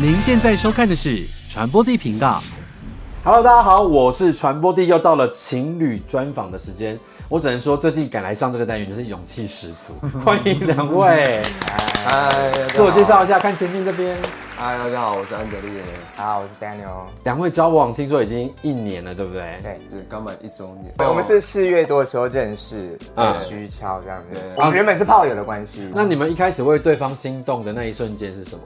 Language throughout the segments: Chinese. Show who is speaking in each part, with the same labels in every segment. Speaker 1: 您现在收看的是传播地频道。
Speaker 2: Hello，大家好，我是传播帝，又到了情侣专访的时间。我只能说，最近敢来上这个单元，真是勇气十足。欢迎两位，
Speaker 3: 嗨，
Speaker 2: 自我介绍一下，看前面这边。
Speaker 3: 嗨，大家好，我是安德烈，
Speaker 4: 好，我是 Daniel。
Speaker 2: 两位交往听说已经一年了，对不对？
Speaker 4: 对，
Speaker 3: 对，哦刚满一周年。
Speaker 4: 我们是四月多的时候认识，
Speaker 2: 嗯
Speaker 4: 虚敲这样子。
Speaker 3: 对
Speaker 4: 我们原本是炮友的关系，
Speaker 2: 那你们一开始为对方心动的那一瞬间是什么？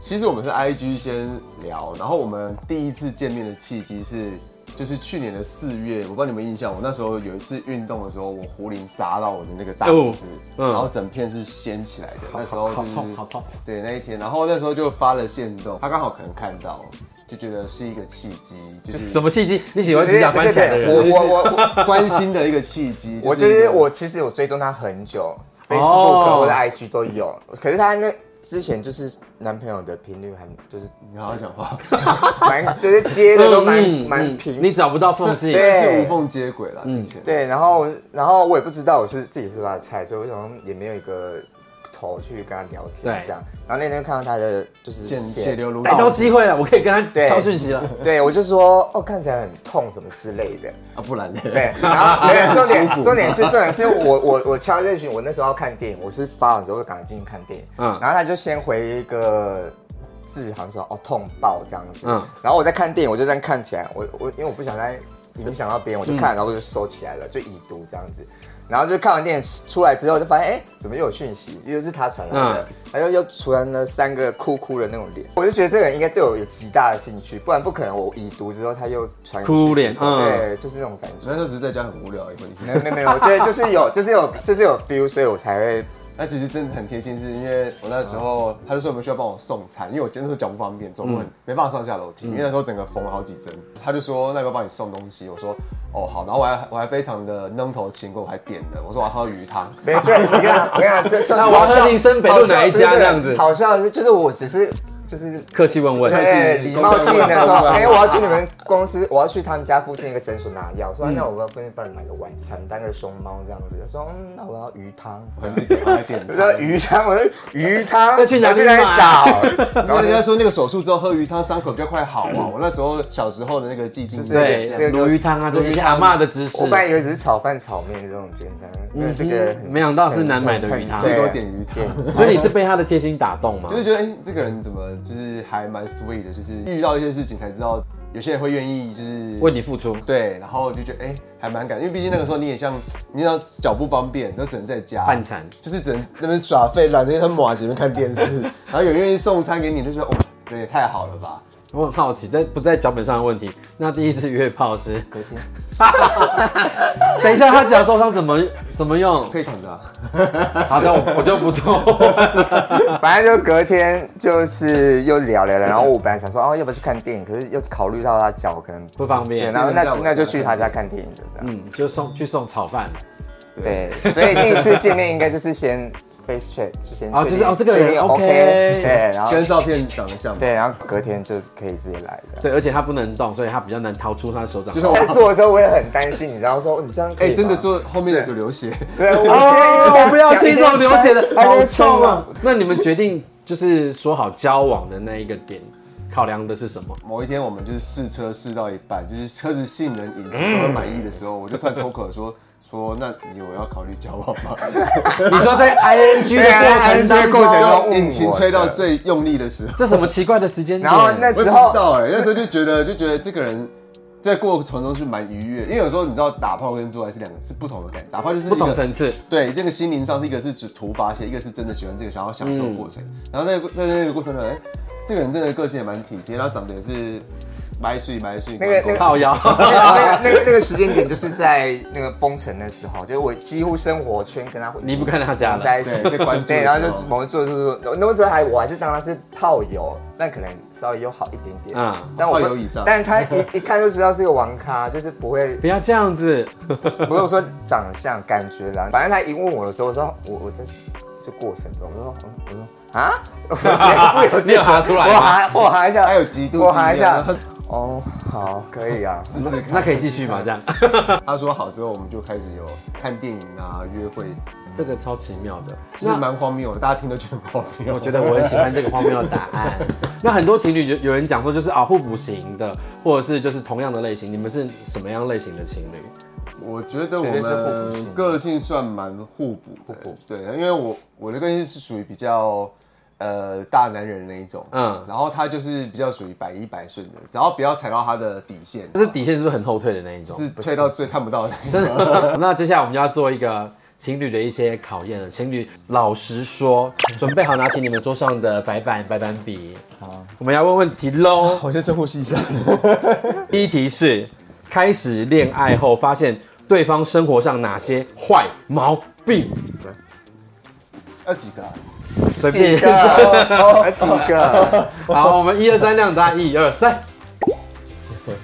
Speaker 3: 其实我们是 IG 先聊，然后我们第一次见面的契机是，就是去年的四月，我不知道你们印象，我那时候有一次运动的时候，我壶铃砸到我的那个大拇指，
Speaker 2: 哦嗯
Speaker 3: 然后整片是掀起来的，那时候
Speaker 2: 好
Speaker 3: 就是
Speaker 2: 痛，好痛！
Speaker 3: 对那一天，然后那时候就发了线动，他刚好可能看到，就觉得是一个契机，就是
Speaker 2: 什么契机？你喜欢指甲翻起来的
Speaker 4: 对对
Speaker 2: 人？
Speaker 4: 对
Speaker 3: 我我我关心的一个 契机。
Speaker 4: 我
Speaker 3: 就
Speaker 4: 就是
Speaker 3: 一
Speaker 4: 是
Speaker 3: 个
Speaker 4: 我其实有追踪他很久
Speaker 2: 哦
Speaker 4: ，Facebook 或者 IG 都有，可是他那之前就是男朋友的频率还就是
Speaker 3: 你好好讲话，
Speaker 4: 蛮就是接的都蛮
Speaker 2: 嗯嗯
Speaker 4: 蛮
Speaker 2: 嗯
Speaker 4: 频
Speaker 2: 你找不到缝隙。
Speaker 4: 对
Speaker 3: 算是无缝接轨了。之前
Speaker 4: 对，然后然后我也不知道我是自己是不是他的菜，所以我想说也没有一个头去跟他聊
Speaker 2: 对
Speaker 4: 天这样。然后那天看到他的就是
Speaker 3: 现血流如
Speaker 2: 逮到
Speaker 3: 注
Speaker 2: 机会了，我可以跟他
Speaker 4: 对
Speaker 2: 敲讯息了。
Speaker 4: 对我就说哦看起来很痛什么之类的，
Speaker 3: 啊，不然呢？
Speaker 4: 对，然后没有重
Speaker 3: 很舒服
Speaker 4: 点，重点是重 点是我我我敲这群，我那时候要看电影，我是发完之后就赶快进去看电影，
Speaker 2: 嗯
Speaker 4: 嗯，然后他就先回一个字，好像说哦痛爆这样子，
Speaker 2: 嗯
Speaker 4: 嗯，然后我在看电影，我就这样看起来，我我因为我不想再影响到别人，我就
Speaker 2: 嗯
Speaker 4: 看，然后我就收起来了，就已读这样子。然后就看完电影出来之后，就发现哎，怎么又有讯息？又是他传来的，
Speaker 2: 嗯
Speaker 4: 然后又传了三个哭哭的那种脸，我就觉得这个人应该对我有极大的兴趣，不然不可能我已读之后他又传
Speaker 2: 哭
Speaker 4: 讯息
Speaker 2: 脸嗯
Speaker 4: 对，就是那种感觉
Speaker 3: 那。时候只是在家很无聊而已。
Speaker 4: 没有没有没有，我觉得就是有，就是有，就是有 feel，所以我才会
Speaker 3: 那其实真的很贴心，是因为我那时候他就说有没有需要帮我送餐，因为我那时候脚不方便，走路很没办法上下楼梯，因为那时候整个缝了好几针。他就说那要不要帮你送东西，我说哦好，然后我还我还非常的愣头青过，我还点了，我说我要喝鱼汤。
Speaker 4: 没对。你看，我跟你讲，这这
Speaker 2: 那我要喝林森北路哪一家这样子
Speaker 4: 好笑的是，就是我只是就是。
Speaker 2: 客气问问，
Speaker 4: 对，礼貌性的说，
Speaker 3: 公关
Speaker 4: 哎、我要去你们公司，我要去他们家附近一个诊所拿药。我说、那我要附近帮你买个晚餐，当个熊猫这样子。他说，嗯，那我要鱼汤。
Speaker 3: 我还点我还点
Speaker 4: 我说
Speaker 3: 餐。
Speaker 4: 鱼汤，我说鱼汤，
Speaker 2: 要去哪
Speaker 4: 我
Speaker 2: 里
Speaker 4: 去哪
Speaker 2: 买
Speaker 4: 里找？然
Speaker 3: 然
Speaker 4: 后
Speaker 3: 后
Speaker 4: 人
Speaker 3: 人
Speaker 4: 家
Speaker 3: 家说那个手术之后喝鱼汤伤口比较快好啊，我那时候小时候的那个记忆，
Speaker 4: 就是
Speaker 2: 对，
Speaker 4: 这个
Speaker 2: 鲈鱼汤啊，这些阿嬷的知识
Speaker 4: 我。本来以为只是炒饭、炒面这种简单，因为这个很
Speaker 2: 没想到是难买的
Speaker 4: 很
Speaker 2: 鱼汤
Speaker 4: 对
Speaker 3: 结果点鱼汤。
Speaker 2: 所以你是被他的贴心打动吗？
Speaker 3: 就是觉得哎、这个人怎么就是还蛮 sweet 的，就是遇到一些事情才知道，有些人会愿意就是
Speaker 2: 为你付出。
Speaker 3: 对，然后就觉得哎、还蛮感，因为毕竟那个时候你也像你知道脚不方便，都只能在家
Speaker 2: 半残
Speaker 3: 就是只能那边耍废，懒得在马前面看电 视，然后有人愿意送餐给你，就觉得哦，人也太好了吧。
Speaker 2: 我很好奇，在不在脚本上的问题？那第一次约炮是隔天。 等一下，他脚受伤怎么怎么用？
Speaker 3: 可以躺着、啊，
Speaker 2: 好的，我我就不做。
Speaker 4: 反正就隔天就是又聊聊了，然后我本来想说哦，要不要去看电影，可是又考虑到他脚可能
Speaker 2: 不方
Speaker 4: 对，
Speaker 2: 便。
Speaker 4: 然后那
Speaker 3: 那
Speaker 4: 那就去他家看电影就这样。
Speaker 2: 嗯，就送去送炒饭。
Speaker 4: 对，所以那一次见面应该就是先 face check，就先
Speaker 2: 哦
Speaker 4: 确定
Speaker 2: 就是哦这个人
Speaker 4: 确定
Speaker 2: OK
Speaker 4: 对，然后
Speaker 3: 跟照片长得像吗？
Speaker 4: 对，然后隔天就可以直接来的。
Speaker 2: 对，而且他不能动，所以他比较难逃出他的手掌
Speaker 3: 就。是我
Speaker 4: 在哎做的时候我也很担心，你知道说你这样可
Speaker 3: 哎、
Speaker 4: 以吗
Speaker 3: 真的，做后面有流血，
Speaker 4: 对，我
Speaker 2: 哦，不要听这种流血的，
Speaker 4: 还
Speaker 2: 好
Speaker 4: 在冲
Speaker 2: 痛
Speaker 4: 啊
Speaker 2: 啊！！那你们决定就是说好交往的那一个点，考量的是什么？
Speaker 3: 某一天我们就是试车试到一半，就是车子性能、引擎都很满意的时候，我就突然脱口而出说：“ 那你有要考虑交往吗？”
Speaker 2: 你说 在 ing
Speaker 4: 对啊
Speaker 2: 的过程当中，
Speaker 4: ING 过程中
Speaker 3: 然后引擎吹到最用力的时候，
Speaker 2: 这什么奇怪的时间点？
Speaker 4: 然后那
Speaker 3: 我也
Speaker 4: 啊时
Speaker 3: 不
Speaker 4: 候
Speaker 3: 知道哎、那时候就觉得就觉得这个人在过程中是蛮愉悦，因为有时候你知道打炮跟做爱是两个是不同的感觉，打炮就是一
Speaker 2: 不
Speaker 3: 个
Speaker 2: 同层次，
Speaker 3: 对，这个心灵上是一个是只图发泄，一个是真的喜欢这个想要享受过
Speaker 2: 嗯
Speaker 3: 程。然后在在那个过程中，哎、这个人真的个性也蛮体贴，然后长得也是蛮碎蛮碎，
Speaker 4: 那个那个
Speaker 2: 靠腰。
Speaker 4: 那个那个那个时间点就是在那个封城的时候，就是我几乎生活圈跟他
Speaker 2: 离不开他家了
Speaker 4: 在一起，
Speaker 3: 对被关注
Speaker 4: 对，
Speaker 3: 的
Speaker 4: 然后
Speaker 3: 时
Speaker 4: 就
Speaker 3: 候
Speaker 4: 是某一做做做，那时候还我还是当他是炮友，但可能稍微友好一点点，
Speaker 2: 嗯
Speaker 4: 嗯，但我不
Speaker 3: 炮友以上
Speaker 4: 但他一一看就知道是个王咖，就是不会
Speaker 2: 不要这样子，
Speaker 4: 不是说长相感觉啦，反正他一问我的时候，我说我我在这过程中，我说嗯我说啊，我直接不由自
Speaker 2: 你有查出来吗
Speaker 4: 我还我还想，
Speaker 3: 还有极度
Speaker 4: 我还 想
Speaker 3: 经验，
Speaker 4: 哦，好，可以 啊。
Speaker 3: 试试看。
Speaker 2: 那可以继续吗？这样，
Speaker 3: 他说好之后，我们就开始有看电影啊、约会，
Speaker 2: 这个超奇妙的。
Speaker 3: 是蛮荒谬的，大家听都觉得很荒谬。
Speaker 2: 我觉得我很喜欢这个荒谬的答 案。那很多情侣有有人讲说，就是啊互补型的，或者是就是同样的类型，你们是什么样类型的情侣？
Speaker 3: 我觉得我
Speaker 4: 绝对是互补性
Speaker 3: 们个性算蛮互补的，互
Speaker 4: 补
Speaker 3: 对，因为我我的个性是属于比较呃大男人那一种，
Speaker 2: 嗯
Speaker 3: 嗯，然后他就是比较属于百依百顺的，只要不要踩到他的底线，
Speaker 2: 就是底线是不是很后退的那一种？
Speaker 3: 是退到最看不到的那一
Speaker 2: 真
Speaker 3: 种。
Speaker 2: 的。 那接下来我们就要做一个情侣的一些考验了。情侣老实说，准备好拿起你们桌上的白板、白板笔。好，我们要问问题 喽。
Speaker 3: 我先深呼吸一下。
Speaker 2: 第一题是：开始恋爱后发现对方生活上哪些坏毛病？
Speaker 3: 要几个啊？
Speaker 2: 随
Speaker 4: 几
Speaker 2: 便。
Speaker 4: 个？ 哦几个？
Speaker 2: 好，我们一二三亮答，一二三。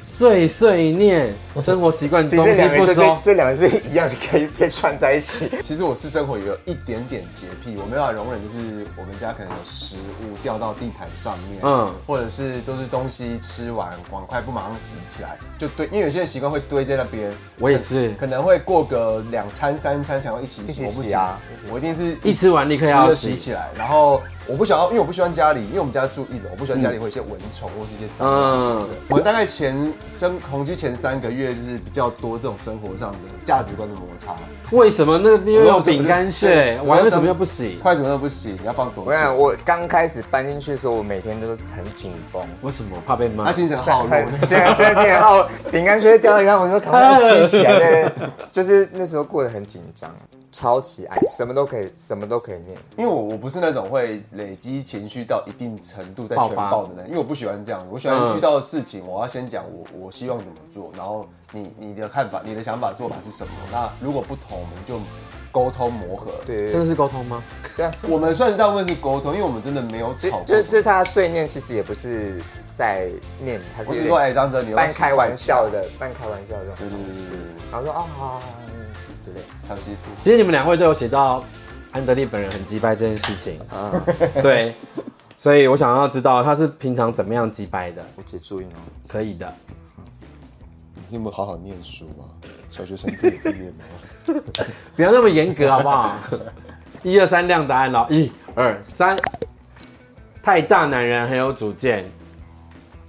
Speaker 2: 碎碎念，生活习惯
Speaker 4: 其实
Speaker 2: 东
Speaker 4: 这
Speaker 2: 西
Speaker 4: 两
Speaker 2: 不
Speaker 4: 个是
Speaker 2: 收
Speaker 4: 跟。这两个是一样的，可以被串在一起。
Speaker 3: 其实我私生活有一点点洁癖，我没有办法容忍，就是我们家可能有食物掉到地毯上面，
Speaker 2: 嗯
Speaker 3: 嗯，或者是都是东西吃完碗筷不马上洗起来，就堆，因为有些人习惯会堆在那边。
Speaker 2: 我也是，
Speaker 3: 可能会过个两餐三餐想要一起
Speaker 4: 一起
Speaker 3: 我不
Speaker 4: 洗
Speaker 3: 行
Speaker 4: 啊一起洗
Speaker 3: 我一定是
Speaker 2: 一吃完立刻
Speaker 3: 一
Speaker 2: 要
Speaker 3: 个
Speaker 2: 洗
Speaker 3: 洗。起来，然后我不想要，因为我不喜欢家里，因为我们家住一楼，我不喜欢家里会有一些蚊虫或是一些蟑螂之类
Speaker 2: 嗯
Speaker 3: 的。我们大概前生同居前三个月就是比较多这种生活上的价值观的摩擦，
Speaker 2: 为什么那个又有饼干屑
Speaker 3: 对，
Speaker 2: 碗为什么又不洗？
Speaker 3: 筷子都不洗，你要放多
Speaker 4: 我想
Speaker 3: 久？
Speaker 4: 我刚开始搬进去的时候，我每天都是很紧绷。
Speaker 3: 嗯
Speaker 2: 为什么怕被骂
Speaker 3: 他？精神耗弱，
Speaker 4: 很竟然竟然竟然后饼干屑掉了，然后我就赶快要吸起 来，对对对就是那时候过得很紧张，超级爱，什么都可以，什么都可以念。
Speaker 3: 因为我我不是那种会累积情绪到一定程度再全爆的人，因为我不喜欢这样，我喜欢遇到的事情，我要先讲我我希望怎么做，然后你你的看法、你的想法、做法是什么，那如果不同，我们就沟通磨合。，
Speaker 4: 对
Speaker 2: 真
Speaker 4: 对
Speaker 2: 的是沟通吗？
Speaker 4: 对啊，
Speaker 3: 我们算是大部分是沟通，因为我们真的没有吵
Speaker 4: 就
Speaker 3: 过什
Speaker 4: 就
Speaker 3: 么。
Speaker 4: 就是他的碎念，其实也不是在念，他
Speaker 3: 我
Speaker 4: 是
Speaker 3: 是
Speaker 4: 有
Speaker 3: 说，哎，
Speaker 4: 点
Speaker 3: 张哲，你要不要
Speaker 4: 半开玩笑的，半开玩笑的这
Speaker 3: 洗。对
Speaker 4: 种
Speaker 3: 对对
Speaker 4: 方式
Speaker 3: 对。对，
Speaker 4: 然后说哦，好好好，嗯之类的。
Speaker 3: 小媳妇。
Speaker 2: 其实你们两位都有写到安德利本人很鸡掰这件事情，
Speaker 4: 啊，
Speaker 2: 对，所以我想要知道他是平常怎么样鸡掰的，
Speaker 4: 我只注意哦。
Speaker 2: 可以的。
Speaker 3: 你有没有好好念书啊？小学生可以毕业吗？
Speaker 2: 不要那么严格好不 好？一二三亮答案了，一二三，太大男人很有主见，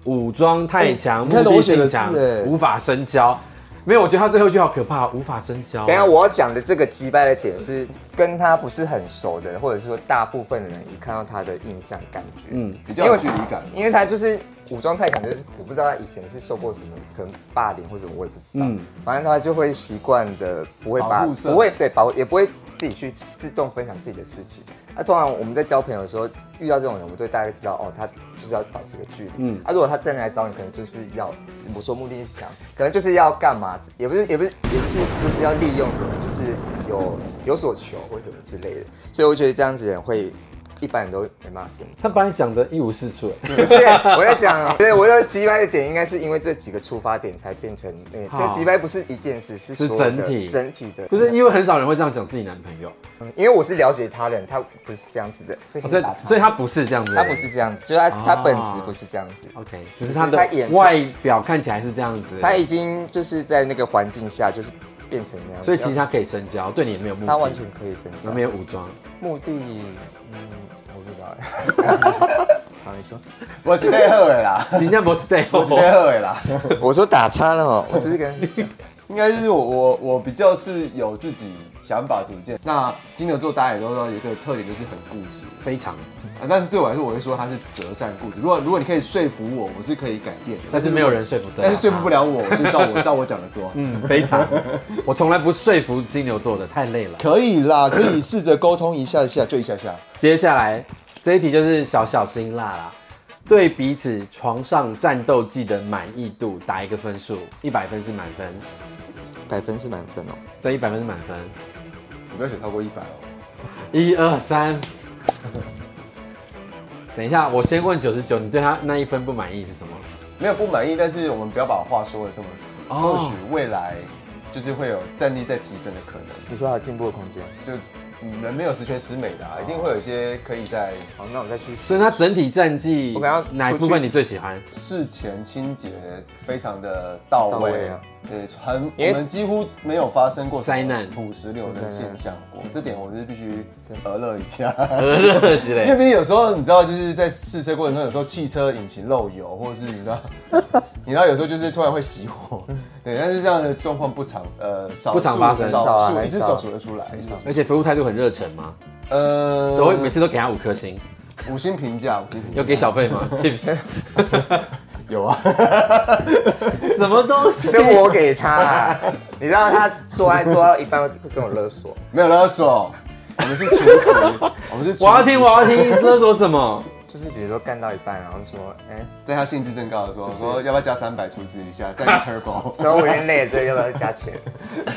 Speaker 2: 武装太强，
Speaker 3: 你看
Speaker 2: 目
Speaker 3: 得
Speaker 2: 的
Speaker 3: 我写
Speaker 2: 性
Speaker 3: 的
Speaker 2: 强
Speaker 3: 字，哎
Speaker 2: 无法深交。没有，我觉得他最后一句好可怕，无法深交。啊
Speaker 4: 等一下我要讲的这个击败的点是，跟他不是很熟的人，或者是说大部分的人一看到他的印象感觉，
Speaker 2: 嗯
Speaker 4: 嗯，
Speaker 3: 比较有距离感。
Speaker 4: 因为他就是武装太强，就是我不知道他以前是受过什么，可能霸凌或者我也不知道。
Speaker 2: 嗯
Speaker 4: 反正他就会习惯的，不会把
Speaker 3: 保护色
Speaker 4: 不会对保也不会自己去自动分享自己的事情。那、通常我们在交朋友的时候遇到这种人，我们就大概知道哦，他就是要保持个距离。嗯，啊，如果他真的来找你，可能就是要我说目的是想，可能就是要干嘛，也不是也不是也不是就是要利用什么，就是有有所求或什么之类的。所以我觉得这样子的人会一般人都没办法信任
Speaker 2: 他把你讲的一无是处，哎
Speaker 4: 不是，我在 讲，对，我的击败的点应该是因为这几个出发点才变成那个，
Speaker 2: 好
Speaker 4: 所以击败不是一件事，是
Speaker 2: 是
Speaker 4: 所有的
Speaker 2: 整体
Speaker 4: 整体的，
Speaker 2: 不是因为很少人会这样讲自己男朋友，
Speaker 4: 嗯因为我是了解他人，他不是这样子的，这
Speaker 2: 哦所
Speaker 4: 是
Speaker 2: 以
Speaker 4: 打岔
Speaker 2: 所以他不是这样子的
Speaker 4: 他
Speaker 2: 人，
Speaker 4: 不是这样子，就是他他
Speaker 2: 哦
Speaker 4: 本质不是这样子，
Speaker 2: OK，只是他的
Speaker 4: 他演
Speaker 2: 外表看起来是这样子，
Speaker 4: 他已经就是在那个环境下就是变成那样子，
Speaker 2: 所以其实他可以深交，对你也没有目的，
Speaker 4: 他完全可以生气
Speaker 2: 然后，没有武装。
Speaker 4: 目的，嗯，我不知道， 好，你说，
Speaker 3: 我今天喝了 啦，
Speaker 2: 今天不是对，
Speaker 3: 我今天喝了啦。
Speaker 4: 我说打岔了哦，我只是跟你 讲，
Speaker 3: 应该是我我我比较是有自己想法主见。那金牛座大家也都知道有一个特点就是很固执，
Speaker 2: 非常，
Speaker 3: 啊但是对我来说，我会说他是折善固执。如果如果你可以说服我，我是可以改变的，啊
Speaker 2: 但是没有人说服得了
Speaker 3: 但是说服不了我，我就照我 照我讲的做。
Speaker 2: 嗯，非常。我从来不说服金牛座的，太累了。
Speaker 3: 可以啦， 可以试着沟通一下下，就一下下。
Speaker 2: 接下来这一题就是小小辛辣啦，对彼此床上战斗技的满意度打一个分数，一百分是满分，
Speaker 4: 百分是满分哦，
Speaker 2: 对，一百分是满分。
Speaker 3: 你不要写超过一百哦。
Speaker 2: 一二三，等一下，我先问九十九，你对他那一分不满意是什么？
Speaker 3: 没有不满意，但是我们不要把话说的这么死。
Speaker 2: 哦
Speaker 3: 或许未来就是会有战力在提升的可能。
Speaker 4: 你说他有进步的空间。
Speaker 3: 就嗯人没有十全十美的、
Speaker 4: 哦
Speaker 3: 啊，一定会有一些可以在
Speaker 4: 好，那我再去。
Speaker 2: 所以他整体战绩
Speaker 4: 我可能要，
Speaker 2: 哪一部
Speaker 4: 出
Speaker 2: 分
Speaker 4: 去
Speaker 2: 你最喜欢？
Speaker 3: 事前清洁非常的到
Speaker 4: 到
Speaker 3: 位
Speaker 4: 位啊，
Speaker 3: 对，很
Speaker 4: 因
Speaker 3: 我
Speaker 4: 为
Speaker 3: 们几乎没有发生过什么
Speaker 2: 灾难
Speaker 3: 土石流
Speaker 4: 灾
Speaker 3: 的
Speaker 4: 难
Speaker 3: 现象过，这点我就是必须额乐一下。
Speaker 2: 呃之类
Speaker 3: 因为毕竟有时候你知道，就是在试车过程中，有时候汽车引擎漏油，或者是你 知道，你知道有时候就是突然会熄火，对，但是这样的状况不常呃少
Speaker 2: 不常
Speaker 3: 数
Speaker 2: 发生
Speaker 4: 很少啊
Speaker 3: 少数
Speaker 4: 很
Speaker 3: 一只
Speaker 4: 少
Speaker 3: 手数得出来，
Speaker 2: 而且服务态度很热忱嘛，
Speaker 3: 呃，
Speaker 4: 嗯
Speaker 2: 我会每次都给他五颗星，
Speaker 3: 五星评价，五星评价
Speaker 2: 有给小费吗 ？Tips
Speaker 3: 有啊，
Speaker 2: 什么东 西？
Speaker 4: 是我给他啊，你知道他做爱做到一半会跟我勒索，
Speaker 3: 没有勒索，我们是厨 子，我们是厨
Speaker 2: 我要
Speaker 3: 子，
Speaker 2: 听，我要听，勒索什 么？
Speaker 4: 就是比如说干到一半，然后说，哎、
Speaker 3: 在他兴致正高的时候说要不要加三百出资一 下，再一 turbo，
Speaker 4: 然后我已经累了，对，要不要加钱？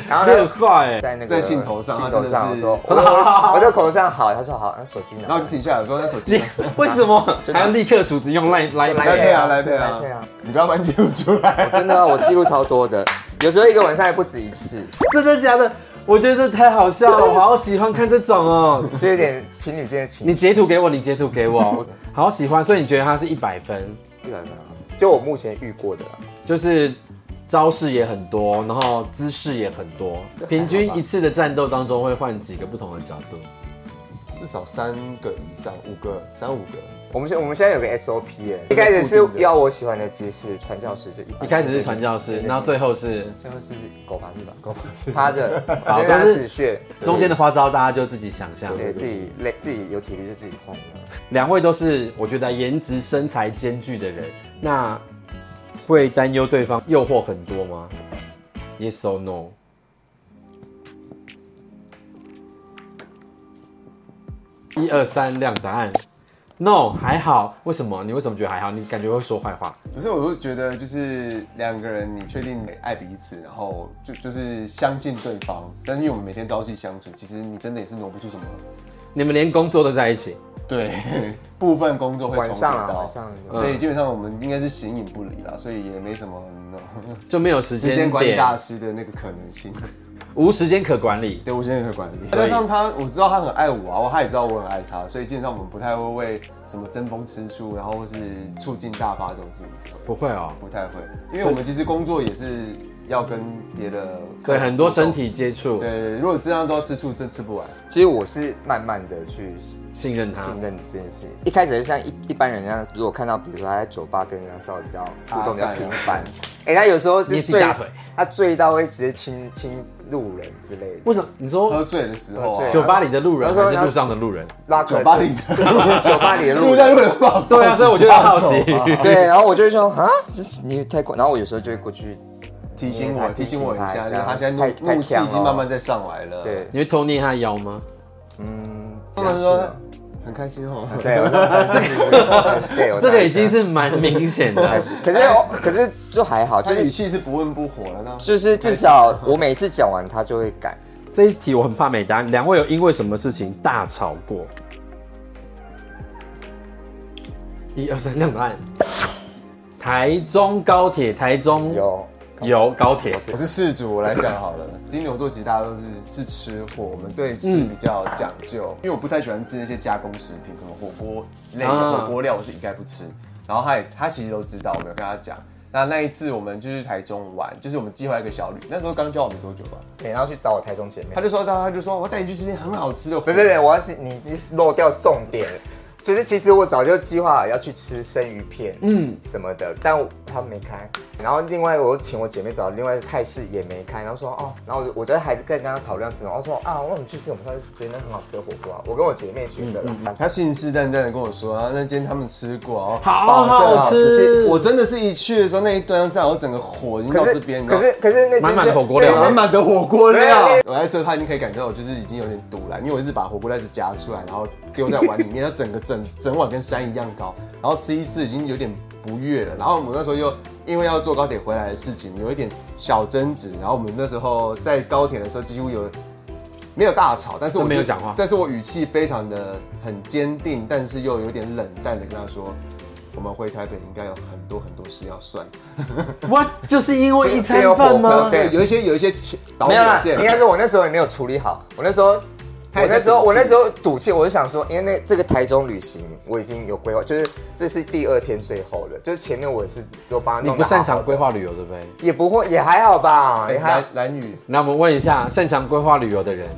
Speaker 4: 然后
Speaker 2: 热
Speaker 4: 呢，
Speaker 2: 快欸，
Speaker 4: 在那个
Speaker 3: 在兴头上
Speaker 4: 兴头上
Speaker 3: 他真
Speaker 4: 我
Speaker 3: 的是
Speaker 4: 说，我说我就口上好，他说好，那手机拿
Speaker 3: 然后
Speaker 4: 来
Speaker 3: 就。停下来说那手 机
Speaker 2: 你。为什么
Speaker 4: 就
Speaker 2: 还要立刻处置用来来
Speaker 4: 来
Speaker 3: 来
Speaker 2: 来？
Speaker 3: 配啊，来
Speaker 4: 来
Speaker 3: 配
Speaker 4: 配
Speaker 3: 啊
Speaker 4: 啊来配啊！
Speaker 3: 你不要把你记录出来
Speaker 4: 我。真的啊，我记录超多的，有时候一个晚上还不止一次，
Speaker 2: 真的假的？我觉得这太好笑 了，我好喜欢看这种哦。
Speaker 4: 这有点情侣之间的情
Speaker 2: 你截图给我，你截图给我，好喜欢。所以你觉得他是一百分，
Speaker 4: 绪了呢。就我目前遇过的啦，
Speaker 2: 就是招式也很多，然后姿势也很多，平均一次的战斗当中会换几个不同的角度。
Speaker 3: 至少三个以上，五个，三五个。
Speaker 4: 我们现我们现在有个 SOP 哎、一开始是要我喜欢的姿势，传教士就一般
Speaker 2: 一开始是传教士，然后最后是
Speaker 4: 最后是狗爬是吧？
Speaker 3: 搞不好哦是
Speaker 4: 趴着，
Speaker 2: 好
Speaker 4: 对，
Speaker 2: 但
Speaker 4: 他
Speaker 2: 是
Speaker 4: 死穴，
Speaker 2: 中间的花招，大家就自己想象。
Speaker 4: 对自己累，自己有体力就自己晃啊的。
Speaker 2: 两位都是我觉得颜值身材兼具的人，那会担忧对方诱惑很多吗？Yes or no？一二三，亮答案。No，还好。为什么？你为什么觉得还好？你感觉会说坏话？
Speaker 3: 可是我会觉得，就是两个人，你确定爱彼此，然后就就是相信对方。但是因为我们每天朝夕相处，其实你真的也是挪不出什么。
Speaker 2: 你们连工作都在一起，
Speaker 3: 对， 部分工作会重
Speaker 4: 晚
Speaker 3: 叠
Speaker 4: 上啊，
Speaker 3: 到
Speaker 4: 晚，上
Speaker 2: 嗯
Speaker 4: 有
Speaker 3: 所以基本上我们应该是形影不离啦，所以也没什么 嗯
Speaker 2: 就没有时
Speaker 3: 时间
Speaker 2: 间
Speaker 3: 管理
Speaker 2: 点，
Speaker 3: 大师的那个可能性。
Speaker 2: 无时间可管理。
Speaker 3: 对，我现在也会管理。加上他，我知道他很爱我啊，他也知道我很爱他，所以基本上我们不太会为什么争风吃醋，然后或是促进大发这种事情，
Speaker 2: 不会哦，
Speaker 3: 不太会。因为我们其实工作也是要跟别的
Speaker 2: 对，很多身体接触，
Speaker 3: 对，如果这样都要吃醋，真吃不完。
Speaker 4: 其实我是慢慢的去
Speaker 2: 嗯信任他
Speaker 4: 信。任这件事情。一开始就像一一般人一样，如果看到比如说他在酒吧跟人家稍微比较互动比较频繁，哎、他有时候
Speaker 2: 啊捏
Speaker 4: 就
Speaker 2: 屁
Speaker 4: 醉
Speaker 2: 大腿，
Speaker 4: 他醉到会直接亲亲路人之类的，
Speaker 2: 为什么？你说
Speaker 3: 喝醉的时候、
Speaker 4: 喝醉
Speaker 3: 啊，
Speaker 4: 啊
Speaker 2: 酒吧里的路人
Speaker 4: 他说
Speaker 2: 还是
Speaker 4: 他
Speaker 2: 路上的路人？
Speaker 4: 拉
Speaker 3: 酒吧里 的
Speaker 4: 酒吧里的路
Speaker 3: 路上
Speaker 4: 人。
Speaker 3: 路人不好抱
Speaker 2: 对啊，所以我就很好
Speaker 3: 架走 啊
Speaker 2: 奇。
Speaker 4: 对，然后我就会说啊，这是你太过，然后我有时候就会过去，
Speaker 3: 提醒我，提醒我一下，
Speaker 4: 提
Speaker 3: 就
Speaker 4: 醒他一下
Speaker 3: 是他现在
Speaker 4: 太
Speaker 3: 怒
Speaker 4: 太
Speaker 3: 怒气已
Speaker 4: 呛
Speaker 3: 经
Speaker 4: 了
Speaker 3: 慢慢在上来了。
Speaker 4: 对，
Speaker 2: 你会偷捏他的腰吗？
Speaker 4: 嗯，
Speaker 3: 不能
Speaker 4: 这
Speaker 3: 说
Speaker 4: 样
Speaker 3: 很开心哦。
Speaker 4: 是啊，对，我说对，对，我
Speaker 2: 这
Speaker 4: 大
Speaker 2: 个
Speaker 4: 概
Speaker 2: 已经是蛮明显 的
Speaker 4: 开。始，可是
Speaker 2: 哎
Speaker 4: 我可是就还好，
Speaker 3: 他
Speaker 4: 就
Speaker 3: 语
Speaker 4: 是
Speaker 3: 气是不温不火了，那
Speaker 4: 就是至少我每次讲完他就会改，
Speaker 2: 这一题我很怕没答案。两位有因为什么事情大吵过？一二三，亮答案。台中高铁，台中
Speaker 4: 有
Speaker 2: 有高铁，
Speaker 3: 我是事主，我来讲好了。金牛座其实大家都是是吃货，我们对
Speaker 4: 嗯
Speaker 3: 吃比较讲究，因为我不太喜欢吃那些加工食品，什么火锅类的
Speaker 2: 啊
Speaker 3: 火锅料我是一概不吃。然后他也他其实都知道，我没有跟他讲。那那一次我们就是台中玩，就是我们计划一个小旅，那时候刚交往没多久吧，
Speaker 4: 对，然后去找我台中姐妹
Speaker 3: 他。就说他他就说我带你去吃些很好吃的火
Speaker 4: 对对对，我要是你已经漏掉重点了，就是其实我早就计划好要去吃生鱼片，嗯，什么的，但我他们没开。然后另外我请我姐妹找另外的泰式也没开，然后说哦，然后我就我就还在跟她讨论这种，我说啊，我们去吃我们上次觉得那很好吃的火锅啊，我跟我姐妹觉
Speaker 2: 嗯
Speaker 4: 得啦，
Speaker 3: 他信誓旦旦的跟我说，啊，那间他们吃过，哦
Speaker 2: 好
Speaker 3: 保证
Speaker 2: 好吃
Speaker 3: 我真的是一去的时候，那一端上我整个火已经到
Speaker 4: 可
Speaker 3: 这
Speaker 4: 是
Speaker 3: 边，
Speaker 4: 可是可是那
Speaker 2: 满满的火锅料
Speaker 4: 料，
Speaker 2: 啊
Speaker 3: 满满的火锅料
Speaker 4: 对。
Speaker 3: 我在时候他已经可以感觉到我就是已经有点堵了，因为我一直把火锅料一直夹出来，然后丢在碗里面，它整个整整碗跟山一样高，然后吃一次已经有点不悦了。然后我们那时候又因为要坐高铁回来的事情有一点小争执，然后我们那时候在高铁的时候几乎有。没有大吵，但是我
Speaker 2: 都没有
Speaker 3: 就
Speaker 2: 讲话
Speaker 3: 但是我语气非常的很坚定，但是又有点冷淡的跟他说，我们回台北应该有很多很多事要算，
Speaker 2: 哇，就是因为一餐
Speaker 4: 这有火
Speaker 2: 饭
Speaker 4: 锅
Speaker 2: 吗？
Speaker 4: 对
Speaker 3: 哦对，有一些有一些前导
Speaker 4: 没有
Speaker 3: 演
Speaker 4: 啦，
Speaker 3: 线
Speaker 4: 应该是我那时候也没有处理好。我那时候
Speaker 3: 他
Speaker 4: 我
Speaker 3: 也在
Speaker 4: 那时
Speaker 3: 赌
Speaker 4: 候，
Speaker 3: 气
Speaker 4: 我那时候赌气，我就想说，因为那这个台中旅行我已经有规划，就是这是第二天最后的，就是前面我是都帮他
Speaker 2: 你
Speaker 4: 弄
Speaker 2: 不
Speaker 4: 得好
Speaker 2: 擅
Speaker 4: 好
Speaker 2: 长
Speaker 4: 的，
Speaker 2: 规划旅游，对不对？
Speaker 4: 也不会，也还好吧，也还好
Speaker 3: 蓝。蓝雨
Speaker 2: 那我们问一下擅长规划旅游的人，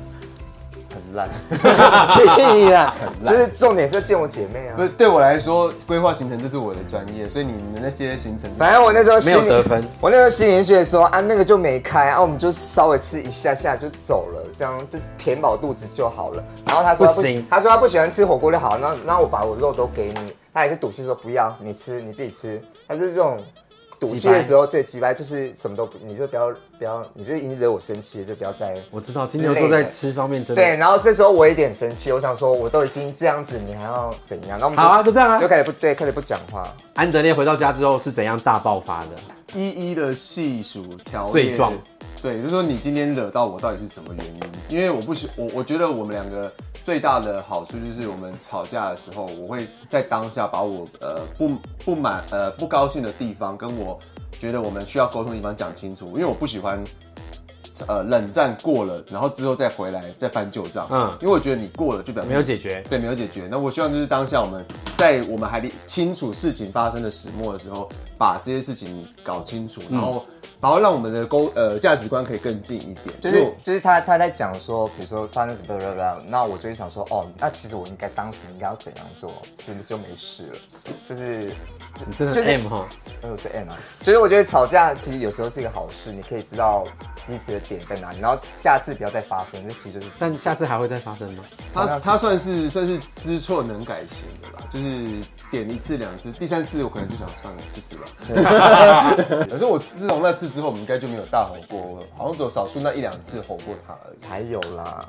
Speaker 3: 很烂，
Speaker 4: 屁啦，就是重点是见我姐妹啊
Speaker 3: 不。是对我来说，规划行程这是我的专业，所以你们那些行程
Speaker 4: 反正我那时候心里
Speaker 2: 没有得分
Speaker 4: 我那时候心里就觉得说啊，那个就没开啊，我们就稍微吃一下下就走了，这样就填饱肚子就好了。然后他说他
Speaker 2: 不行
Speaker 4: 他说他不喜欢吃火锅就好，那那我把我肉都给你，他也是赌气说不要，你吃你自己吃。他就是这种赌气的时候最鸡掰，就是什么都不，你就不要不要，你就已经惹我生气了，就不要再
Speaker 2: 我知道金牛座在吃方面真
Speaker 4: 对，
Speaker 2: 的
Speaker 4: 然后这时候我有点生气，我想说我都已经这样子，你还要怎样？然后我们就
Speaker 2: 好啊，就这样啊
Speaker 4: 就。开始不对，开始不讲话。
Speaker 2: 安德烈回到家之后是怎样大爆发的？
Speaker 3: 一一的细数条列
Speaker 2: 罪状，
Speaker 3: 对，就是说你今天惹到我到底是什么原因？因为我不喜我，我觉得我们两个最大的好处就是我们吵架的时候，我会在当下把我呃不不满呃不高兴的地方跟我觉得我们需要沟通的地方讲清楚，因为我不喜欢呃冷战过了，然后之后再回来再翻旧账，
Speaker 2: 嗯
Speaker 3: 嗯，因为我觉得你过了就表示
Speaker 2: 没有解决，
Speaker 3: 对，没有解决。那我希望就是当下我们在我们还理清楚事情发生的始末的时候，把这些事情搞清楚，
Speaker 4: 嗯
Speaker 3: 然后然后让我们的沟呃价值观可以更近一点。
Speaker 4: 就
Speaker 3: 因
Speaker 4: 是
Speaker 3: 为我
Speaker 4: 就是他他在讲说，比如说发生什么 blah blah blah，那我就会想说，哦，那其实我应该当时应该要怎样做，是不是就没事了？就是
Speaker 2: 你真的
Speaker 4: 就是
Speaker 2: M 哈，
Speaker 4: 那我是 M 啊，就是我觉得吵架其实有时候是一个好事，你可以知道彼此的点在哪里，然后下次不要再发生，这其实就是
Speaker 2: 但下次还会再发生吗？
Speaker 4: 同样
Speaker 3: 他
Speaker 4: 是
Speaker 3: 他算是算是知错能改型的啦，就是点一次两次，第三次我可能就想算了，去死 吧。可是我自从那次之后，我们应该就没有大吼过，我好像只有少数那一两次吼过他而已。
Speaker 4: 还有啦，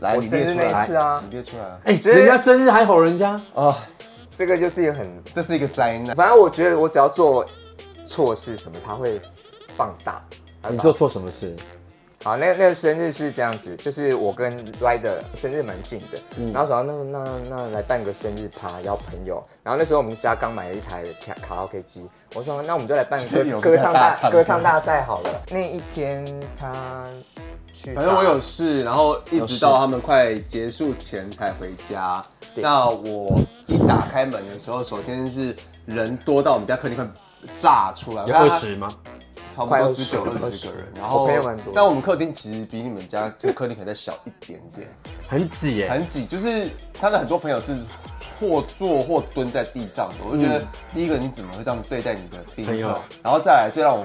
Speaker 3: 来，
Speaker 4: 我
Speaker 3: 你列
Speaker 4: 生日
Speaker 3: 出
Speaker 4: 那一次
Speaker 3: 来，
Speaker 4: 啊
Speaker 3: 你，列出来啊！
Speaker 2: 哎、
Speaker 4: 就是
Speaker 2: 人家生日还吼人家，
Speaker 3: 啊，
Speaker 4: 这个就是一个很
Speaker 3: 这是一个灾难。
Speaker 4: 反正我觉得我只要做错事什么，他会放大。他会
Speaker 2: 你
Speaker 4: 把
Speaker 2: 做错什么事？
Speaker 4: 好，啊那那个生日是这样子，就是我跟 Rider 生日蛮近的，
Speaker 3: 嗯
Speaker 4: 然后想到那那那来办个生日趴，邀朋友。然后那时候我们家刚买了一台卡卡拉 OK 机，我说那我们就来办歌
Speaker 3: 有
Speaker 4: 歌唱
Speaker 3: 大
Speaker 4: 大
Speaker 3: 唱
Speaker 4: 歌唱大赛好了。那一天他去打，
Speaker 3: 反正我有事，然后一直到他们快结束前才回家。
Speaker 4: 对
Speaker 3: 那我一打开门的时候，首先是人多到我们家客厅快炸出来，
Speaker 2: 有啊二，十吗？
Speaker 3: 差不
Speaker 4: 快
Speaker 3: 多
Speaker 4: 20
Speaker 3: 十九二十个人。然
Speaker 4: 我
Speaker 3: 后
Speaker 4: 朋友蛮多的，
Speaker 3: 但我们客厅其实比你们家这个客厅可能再小一点点，
Speaker 2: 很挤耶、
Speaker 3: 很挤。就是他的很多朋友是或坐或蹲在地上的，我就觉
Speaker 4: 嗯
Speaker 3: 得第一个你怎么会这样对待你的
Speaker 2: 朋
Speaker 3: 朋
Speaker 2: 友
Speaker 3: 友？然后再来最让我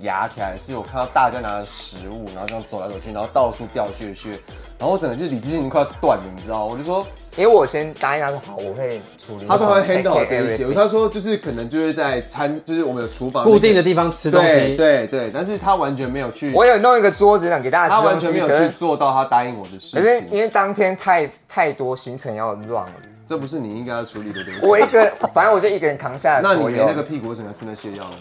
Speaker 3: 牙起来，是我看到大家拿着食物，然后这样走来走去，然后到处掉屑屑，然后我整个就是理智线已经快要断了，你知道吗？我就说，
Speaker 4: 因为我先答应他说好，我会处理
Speaker 3: 他
Speaker 4: 好。
Speaker 3: 说他会 handle 好
Speaker 4: take
Speaker 3: 这一
Speaker 4: care
Speaker 3: 些，
Speaker 4: everything
Speaker 3: 他说就是可能就是在餐，就是我们有厨房那个
Speaker 2: 固定的地方吃东
Speaker 3: 对
Speaker 2: 西，
Speaker 3: 对对，但是他完全没有去，
Speaker 4: 我有弄一个桌子想给大家
Speaker 3: 他
Speaker 4: 吃
Speaker 3: 完
Speaker 4: 东
Speaker 3: 全
Speaker 4: 西，
Speaker 3: 没有
Speaker 4: 可
Speaker 3: 去
Speaker 4: 是
Speaker 3: 做到他答应我的事
Speaker 4: 可是因
Speaker 3: 情，
Speaker 4: 为当天太太多行程要乱了。
Speaker 3: 这不是你应该要处理的东西。
Speaker 4: 我一个人，反正我就一个人扛下来
Speaker 3: 那
Speaker 4: 所
Speaker 3: 你
Speaker 4: 有。
Speaker 3: 没那个屁股，我整个吃那泻药了。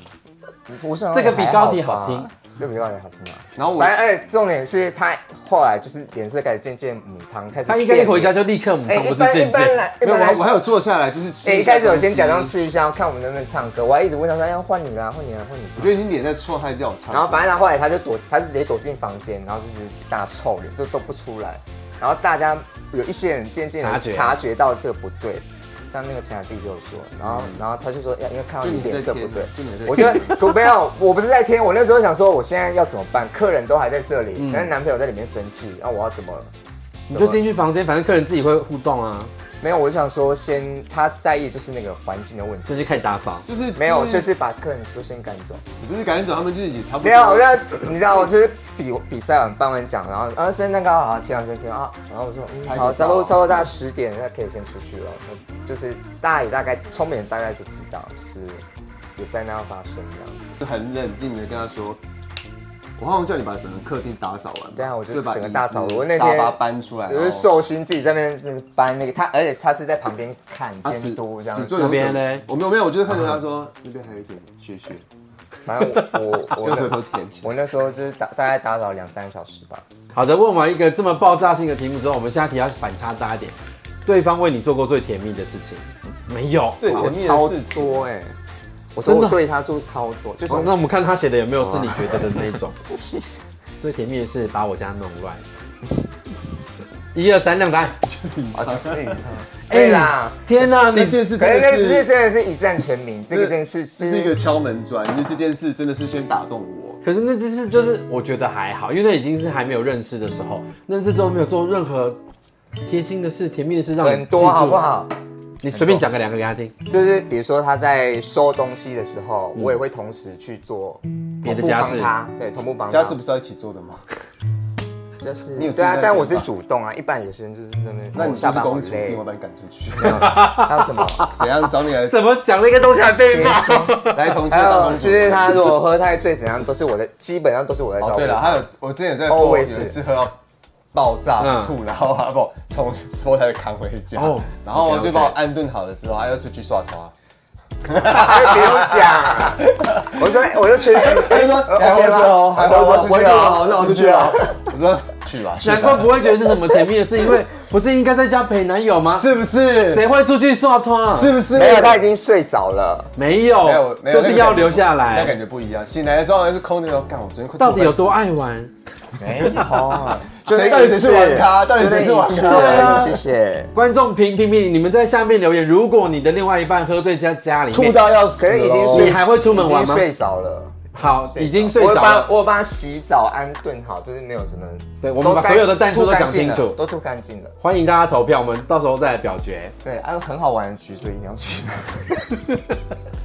Speaker 4: 我想
Speaker 2: 这个比高铁好听，
Speaker 4: 这个比高啊铁好听啊。
Speaker 3: 然后我
Speaker 4: 反正哎，重点是他后来就是脸色开始渐渐母汤，开始
Speaker 2: 他应该一回家
Speaker 4: 就
Speaker 2: 就立刻母
Speaker 4: 哎，
Speaker 2: 汤，
Speaker 4: 一
Speaker 2: 不是
Speaker 4: 般一
Speaker 2: 渐
Speaker 4: 般
Speaker 2: 渐。
Speaker 4: 来一
Speaker 3: 没有，
Speaker 4: 般
Speaker 3: 我
Speaker 4: 来
Speaker 3: 还我还
Speaker 4: 说。
Speaker 3: 有坐下来，就是吃
Speaker 4: 哎，
Speaker 3: 下
Speaker 4: 一开始我
Speaker 3: 东西
Speaker 4: 先假装，吃一下，看我们能不能唱歌。我还一直问他说：“哎，换你啦，换你啦，换你
Speaker 3: 我
Speaker 4: 唱。
Speaker 3: 觉得你脸在臭，还叫我”唱。
Speaker 4: 然后反正他后来他就躲，他就直接躲进房间，然后就是大臭脸，就都不出来。然后大家有一些人渐渐
Speaker 2: 察觉
Speaker 4: 地察觉到这个不对，像那个陈雅弟就有说，然后然后他就说，哎因为看到
Speaker 3: 就
Speaker 4: 你
Speaker 3: 你
Speaker 4: 脸色
Speaker 3: 在
Speaker 4: 不
Speaker 3: 舔
Speaker 4: 对，
Speaker 3: 就你在
Speaker 4: 我觉得可没有，我不是在天，我那时候想说，我现在要怎么办？客人都还在这里，但是男朋友在里面生气，那我要怎么？
Speaker 2: 你就进去房间，反正客人自己会互动啊，
Speaker 4: 没有，我就想说先他在意就是那个环境的问题，
Speaker 2: 所以就开始打扫。
Speaker 3: 就是
Speaker 4: 没有，就是把客人就先赶走。
Speaker 3: 你不是赶紧走，他们就是也差不多。
Speaker 4: 没有，我要你知道，我就是比比赛完颁完奖，然后啊生蛋糕好，切完生切啊，然后我说
Speaker 3: 拍
Speaker 4: 嗯
Speaker 3: 个
Speaker 4: 好，差
Speaker 3: 照
Speaker 4: 不多差不多大概十点，那可以先出去了。那就是大家也大概聪明人大概就知道，就是有灾难要发生这样子。
Speaker 3: 就很冷静的跟他说，我好像叫你把整个客厅打扫完吧。
Speaker 4: 对啊我就
Speaker 3: 就把
Speaker 4: 整个大扫
Speaker 3: 椅子
Speaker 4: 我那
Speaker 3: 沙
Speaker 4: 天
Speaker 3: 发搬出来，
Speaker 4: 就是
Speaker 3: 然后
Speaker 4: 寿星自己在那边这个搬那个他，而且他是在旁边看
Speaker 3: 他
Speaker 4: 监
Speaker 3: 始
Speaker 4: 督这
Speaker 3: 始
Speaker 4: 样子。
Speaker 3: 作俑者
Speaker 2: 那边嘞
Speaker 3: 我没有没有，我就是看着他说那边还有一点屑屑，
Speaker 4: 反正我 我
Speaker 3: 用舌
Speaker 4: 我
Speaker 3: 头舔起来。
Speaker 4: 我那时候就是打大概打扫两三个小时吧。
Speaker 2: 好的，问完一个这么爆炸性的题目之后，我们下题要反差大一点。对方为你做过最甜蜜的事情，没有。
Speaker 3: 最甜
Speaker 4: 我
Speaker 3: 蜜的
Speaker 4: 超
Speaker 3: 事情，哦
Speaker 4: 多哎、我说
Speaker 2: 真的
Speaker 4: 我对他做超多，就是
Speaker 2: 哦好那我 们看他写的有没有是你觉得的那一种。最甜蜜的是把我家弄乱，一二三，亮答案。
Speaker 4: 啊， 可以，对啦。
Speaker 2: 哎天哪，你
Speaker 3: 这件事
Speaker 4: 可是
Speaker 3: 真
Speaker 4: 那
Speaker 3: 的
Speaker 4: 只是
Speaker 3: 是，
Speaker 4: 真的是一战全民，这个真的是
Speaker 3: 这是一个敲门砖，因为这件事真的是先打动我。
Speaker 2: 可是那只是就是我觉得还好，因为那已经是还没有认识的时候，认识之后没有做任何贴心的事、甜蜜的事让你
Speaker 4: 很多
Speaker 2: 记住
Speaker 4: 好不？好？
Speaker 2: 你随便讲个两个给他听，
Speaker 4: 就是比如说他在收东西的时候，我也会同时去做
Speaker 2: 别的
Speaker 4: 同步
Speaker 2: 家
Speaker 4: 帮
Speaker 2: 事
Speaker 4: 他，对，同步帮他
Speaker 3: 家事不是要一起做的吗？
Speaker 4: 就是
Speaker 3: 你有
Speaker 4: 对啊
Speaker 3: 正在，
Speaker 4: 但
Speaker 3: 做
Speaker 4: 我是
Speaker 3: 吧
Speaker 4: 主动啊，一般有些人就是在那边，
Speaker 3: 那你
Speaker 4: 哦
Speaker 3: 就
Speaker 4: 下
Speaker 3: 是
Speaker 4: 班好
Speaker 3: 公主，
Speaker 4: 累
Speaker 3: 定，我把你赶出去。
Speaker 4: 还有什么？
Speaker 3: 怎样找你来
Speaker 2: 怎么讲了一个东西还被
Speaker 4: 别
Speaker 2: 骂？
Speaker 4: 说。
Speaker 3: 来同桌
Speaker 4: 还
Speaker 3: 当
Speaker 4: 有
Speaker 3: 公主
Speaker 4: 就？是他如果喝太醉怎样，都是我的，基本上都是我在照
Speaker 3: 哦，
Speaker 4: 顾。
Speaker 3: 对了，还有我之前有在做，有
Speaker 4: Always
Speaker 3: 一次喝到爆炸
Speaker 2: 嗯
Speaker 3: 吐，然后他把我从后台扛回家
Speaker 2: 哦，
Speaker 3: 然后
Speaker 2: OK，OK
Speaker 3: 就把我安顿好了之后，他要出去刷头啊。
Speaker 4: 哎不用讲。我说，我就去，
Speaker 3: 他 就说还活着哦，还活着哦，
Speaker 4: 我
Speaker 3: 我
Speaker 4: 我
Speaker 3: 有哦
Speaker 4: 我，
Speaker 3: 那我出去了。我说去吧，去吧
Speaker 2: 难怪不会觉得是什么甜蜜的事，因为不是应该在家陪男友吗？
Speaker 3: 是不是？
Speaker 2: 谁会出去刷拖？
Speaker 3: 是不是？
Speaker 4: 没有，他已经睡着了。
Speaker 2: 没
Speaker 3: 没有
Speaker 2: 有，，
Speaker 3: 没有
Speaker 2: 就是要留下
Speaker 3: 那
Speaker 2: 来。
Speaker 3: 感觉不一样。醒来的时候还是空的，干我昨天快
Speaker 2: 到底有多？爱玩？
Speaker 4: 没有，
Speaker 3: 谁到底谁是玩咖到底谁是玩咖
Speaker 4: 就那一次谢谢。
Speaker 2: 观众评评评，你们在下面留言。如果你的另外一半喝醉在家里
Speaker 3: 吐
Speaker 2: 面，
Speaker 3: 到要死
Speaker 4: 可
Speaker 3: 咯，
Speaker 4: 是已经
Speaker 2: 你
Speaker 4: 睡，
Speaker 2: 还会出门玩吗
Speaker 4: 已经睡着了，
Speaker 2: 好，已经睡
Speaker 4: 我有
Speaker 2: 着
Speaker 4: 帮
Speaker 2: 了。
Speaker 4: 我有帮他洗澡、安顿好，就是没有什么。
Speaker 2: 对我们把
Speaker 4: 都干
Speaker 2: 所有的弹数都
Speaker 4: 吐干
Speaker 2: 讲
Speaker 4: 净
Speaker 2: 清
Speaker 4: 了
Speaker 2: 楚
Speaker 4: 都吐干净了。
Speaker 2: 欢迎大家投票，我们到时候再来表 决。
Speaker 4: 对，还有很好玩的局，所以一定要去。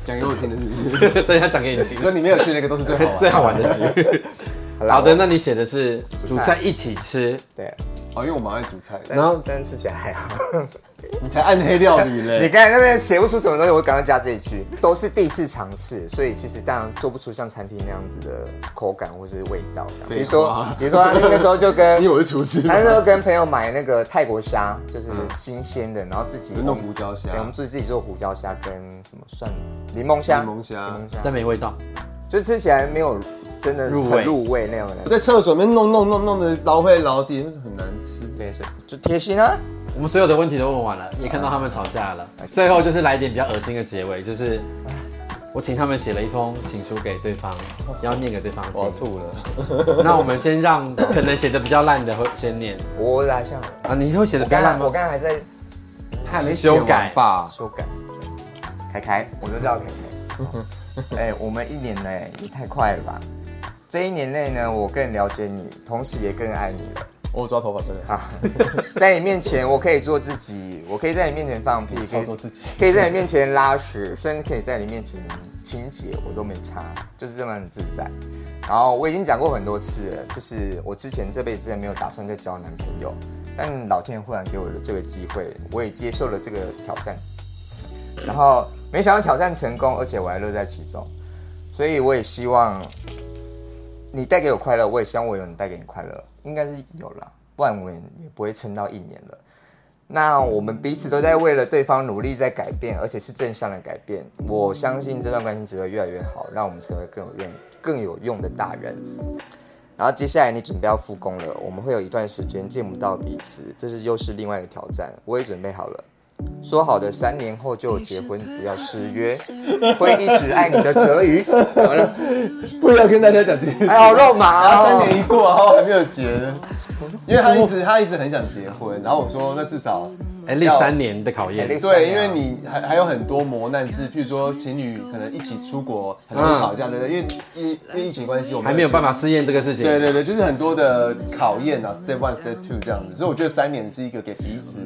Speaker 3: 讲给我听的是不是？
Speaker 2: 等一下讲给你
Speaker 3: 你
Speaker 2: 听，
Speaker 3: 说你没有去那个都是最好玩的，
Speaker 2: 最好玩的局。
Speaker 4: 啊好啦
Speaker 2: 好的，
Speaker 4: 我
Speaker 2: 那你写的是煮
Speaker 4: 煮菜嗯
Speaker 2: 菜一起吃，
Speaker 4: 对，
Speaker 3: 哦，因为我蛮爱煮菜的，
Speaker 4: 然
Speaker 2: 后
Speaker 4: 后真的吃起来还好。
Speaker 3: 你才暗黑料理
Speaker 4: 你
Speaker 3: 嘞。
Speaker 4: 刚才那边写不出什么东西，我刚刚加这一句，都是第一次尝试，所以其实当然做不出像餐厅那样子的口感或是味道这样。比如说，比如说他那时候就跟
Speaker 3: 你以为我是厨师 吗
Speaker 4: 他？那时候跟朋友买那个泰国虾，就是新鲜的，然后自己
Speaker 3: 弄胡椒虾
Speaker 4: 对，我们自己做胡椒虾跟什么蒜柠檬虾，
Speaker 3: 柠檬虾
Speaker 4: 柠檬虾
Speaker 2: 但，没味道。
Speaker 4: 就吃起来没有真的
Speaker 2: 入
Speaker 4: 很
Speaker 2: 味
Speaker 4: 入味那种
Speaker 3: 我
Speaker 4: 感觉。
Speaker 3: 在厕所里面弄弄弄弄的捞会捞地，很难吃。
Speaker 4: 对，是就贴心啊，
Speaker 2: 我们所有的问题都问完
Speaker 4: 嗯
Speaker 2: 了，也看到他们吵架了。最后就是来一点比较恶心的结尾，就是我请他们写了一封情书给对方，
Speaker 4: 哦
Speaker 2: 要念给对方
Speaker 3: 我要
Speaker 2: 听。
Speaker 3: 吐 了，
Speaker 2: 那我们先让可能写的比较烂的会先念
Speaker 4: 我来像
Speaker 2: 啊，你会写的
Speaker 4: 我
Speaker 2: 比较
Speaker 4: 刚
Speaker 2: 烂
Speaker 4: 才我
Speaker 2: 吗？
Speaker 4: 刚才还在
Speaker 3: 还没
Speaker 2: 修改
Speaker 3: 吧？
Speaker 4: 修改。凯凯，我就叫凯凯。哎、我们一年内也太快了吧！这一年内呢，我更了解你，同时也更爱你了
Speaker 3: 哦我抓头发真的，
Speaker 4: 啊！ 在你面前，我可以做自己，我可以在你面前放屁，可
Speaker 3: 操
Speaker 4: 以
Speaker 3: 作自己。
Speaker 4: 可以在你面前拉屎，甚至可以在你面前清洁，我都没差，就是这么很自在。然后我已经讲过很多次了，就是我之前这辈子真的没有打算再交男朋友，但老天忽然给我的这个机会，我也接受了这个挑战。然后没想到挑战成功，而且我还乐在其中，所以我也希望你带给我快乐，我也希望我有能带给你快乐，应该是有啦，不然我们也不会撑到一年了。那我们彼此都在为了对方努力在改变，而且是正向的改变。我相信这段关系只会越来越好，让我们成为更有用、更有用的大人。然后接下来你准备要复工了，我们会有一段时间见不到彼此，这是又是另外一个挑战。我也准备好了，说好的三年后就结婚，不要失约，会一直爱你的哲宇。好了，
Speaker 3: 不要跟大家讲这件事。
Speaker 4: 哎，好肉麻
Speaker 3: 三
Speaker 4: 哦！
Speaker 3: 年一过，然后还没有结，因为他一直他一直很想结婚，然后我说那至少
Speaker 2: 哎，历三年的考验
Speaker 4: 哎历，三
Speaker 3: 对，因为你还还有很多磨难是，譬如说情侣可能一起出国很容易吵架，对不对？因为因因为疫情关系，我
Speaker 2: 嗯
Speaker 3: 们
Speaker 2: 还没有办
Speaker 3: 法。
Speaker 2: 法试验这个事情。
Speaker 3: 对对对，就是很多的考验啊，step one、step two 这样子，所以我觉得三年是一个给彼此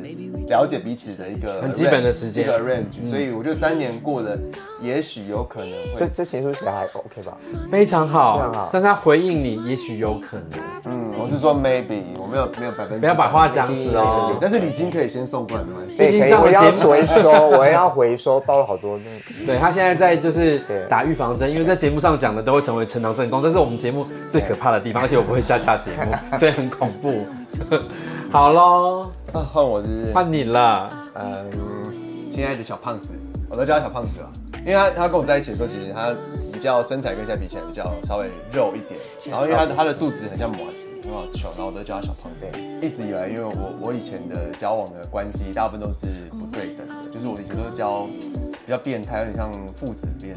Speaker 3: 了解彼此的一个
Speaker 2: 很基本的时间嗯
Speaker 3: 一个 range，、所以我觉得三年过了，也许有可能
Speaker 4: 这
Speaker 3: 会，
Speaker 4: 这情书写得还 OK 吧？
Speaker 2: 非常
Speaker 4: 非常
Speaker 2: 好
Speaker 4: 好，
Speaker 2: 但是他回应你，也许有可能，
Speaker 3: 嗯，我是说 maybe，我没有没有百分之百，
Speaker 2: 不要把话讲死哦。哎
Speaker 3: 但是礼金可以先送过来，没关系。
Speaker 4: 对，
Speaker 2: 竟
Speaker 4: 可以，
Speaker 2: 上
Speaker 4: 我
Speaker 2: 了节
Speaker 4: 要
Speaker 2: 目
Speaker 4: 回收，我要回收，包了好多那个。
Speaker 2: 对他现在在就是
Speaker 4: 对
Speaker 2: 打预防针，因为在节目上讲的都会成为呈堂证供，这是我们节目最可怕的地方，而且我不会下架节目，所以很恐怖。好喽，
Speaker 3: 那啊换我是不是
Speaker 2: 换你了，
Speaker 3: 嗯，亲爱的小胖子，我都叫他小胖子了，因为他他跟我在一起的时候，其实他比较身材跟现在比起来比较稍微肉一点，然后因为他的他的肚子很像麻子，很好翘，然后我都叫他小胖子。一直以来，因为我我以前的交往的关系大部分都是不对等的，就是我以前都是交比较变态，有点像父子恋。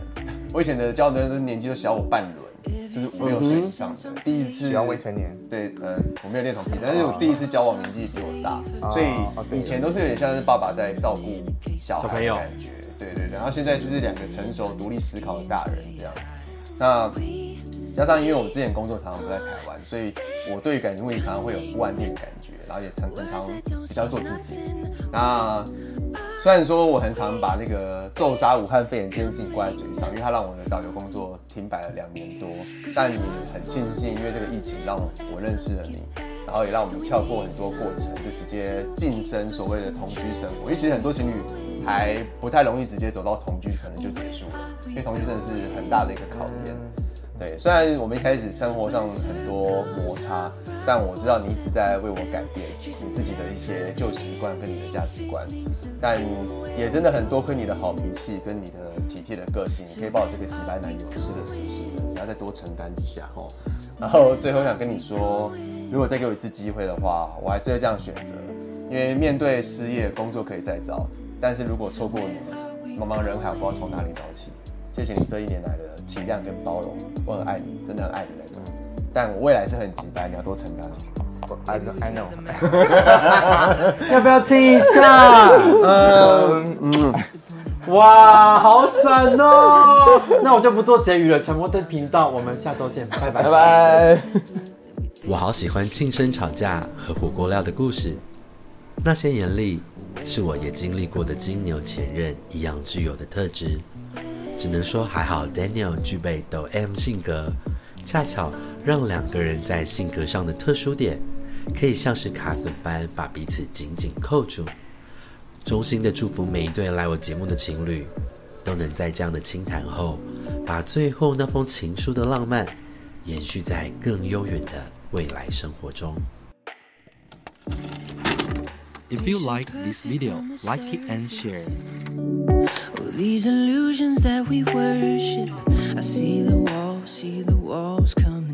Speaker 3: 我以前的交往的都年纪都小我半轮，就是五六岁以上的。第一次
Speaker 4: 喜欢未成年，
Speaker 3: 对，呃，我没有恋童癖，但是我第一次交往年纪比我大，所
Speaker 4: 哦
Speaker 3: 以
Speaker 4: 对
Speaker 3: 以前都是有点像是爸爸在照顾小
Speaker 1: 小
Speaker 3: 孩
Speaker 1: 朋
Speaker 3: 的
Speaker 1: 友
Speaker 3: 感觉，对对对。然后现在就是两个成熟独立思考的大人这样。那加上因为我之前工作常常不在台湾，所以我对于感情问题常常会有不安定的感觉，然后也常很常比较做自己。那虽然说我很常把那个咒杀武汉肺炎这件事情挂在嘴上，因为它让我的导游工作停摆了两年多，但也很庆幸，因为这个疫情让我认识了你，然后也让我们跳过很多过程，就直接晋升所谓的同居生活。因为其实很多情侣还不太容易直接走到同居，可能就结束了，因为同居真的是很大的一个考验。对，虽然我们一开始生活上很多摩擦，但我知道你一直在为我改变你自己的一些旧习惯跟你的价值观，但也真的很多亏你的好脾气跟你的体贴的个性，你可以把我这个几百男友吃的死死的，你要再多承担几下哦。然后最后想跟你说，如果再给我一次机会的话，我还是会这样选择，因为面对失业，工作可以再找，但是如果错过你，茫茫人海，我不知道从哪里找起。谢谢你这一年来的体谅跟包容，我很爱你，真的很爱你那种。但我未来是很直白，你要多承担。
Speaker 4: I know 嗯 I know，
Speaker 2: 要不要亲一下？嗯哇，好闪哦！那我就不做结语了，传播灯频道，我们下周见，拜拜
Speaker 3: 拜。拜。
Speaker 1: 我好喜欢庆生吵架和火锅料的故事，那些严厉是我也经历过的金牛前任一样具有的特质。只能说还好 Daniel 具备抖 M 性格，恰巧让两个人在性格上的特殊点，可以像是卡榫般把彼此紧紧扣住。衷心的祝福每一对来我节目的情侣，都能在这样的清谈后，把最后那封情书的浪漫，延续在更悠远的未来生活中。If you like this video, like it and share.
Speaker 5: Well, these illusions that we worship. I see the walls, see the walls coming.